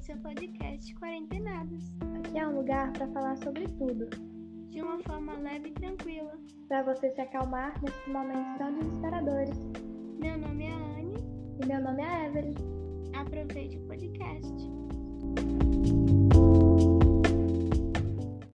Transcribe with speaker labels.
Speaker 1: seu é podcast Quarentenadas.
Speaker 2: Aqui é um lugar para falar sobre tudo,
Speaker 1: de uma forma leve e tranquila.
Speaker 2: para você se acalmar nesses momentos tão desesperadores.
Speaker 1: Meu nome é Anne,
Speaker 2: E meu nome é Evelyn.
Speaker 1: aproveite o podcast.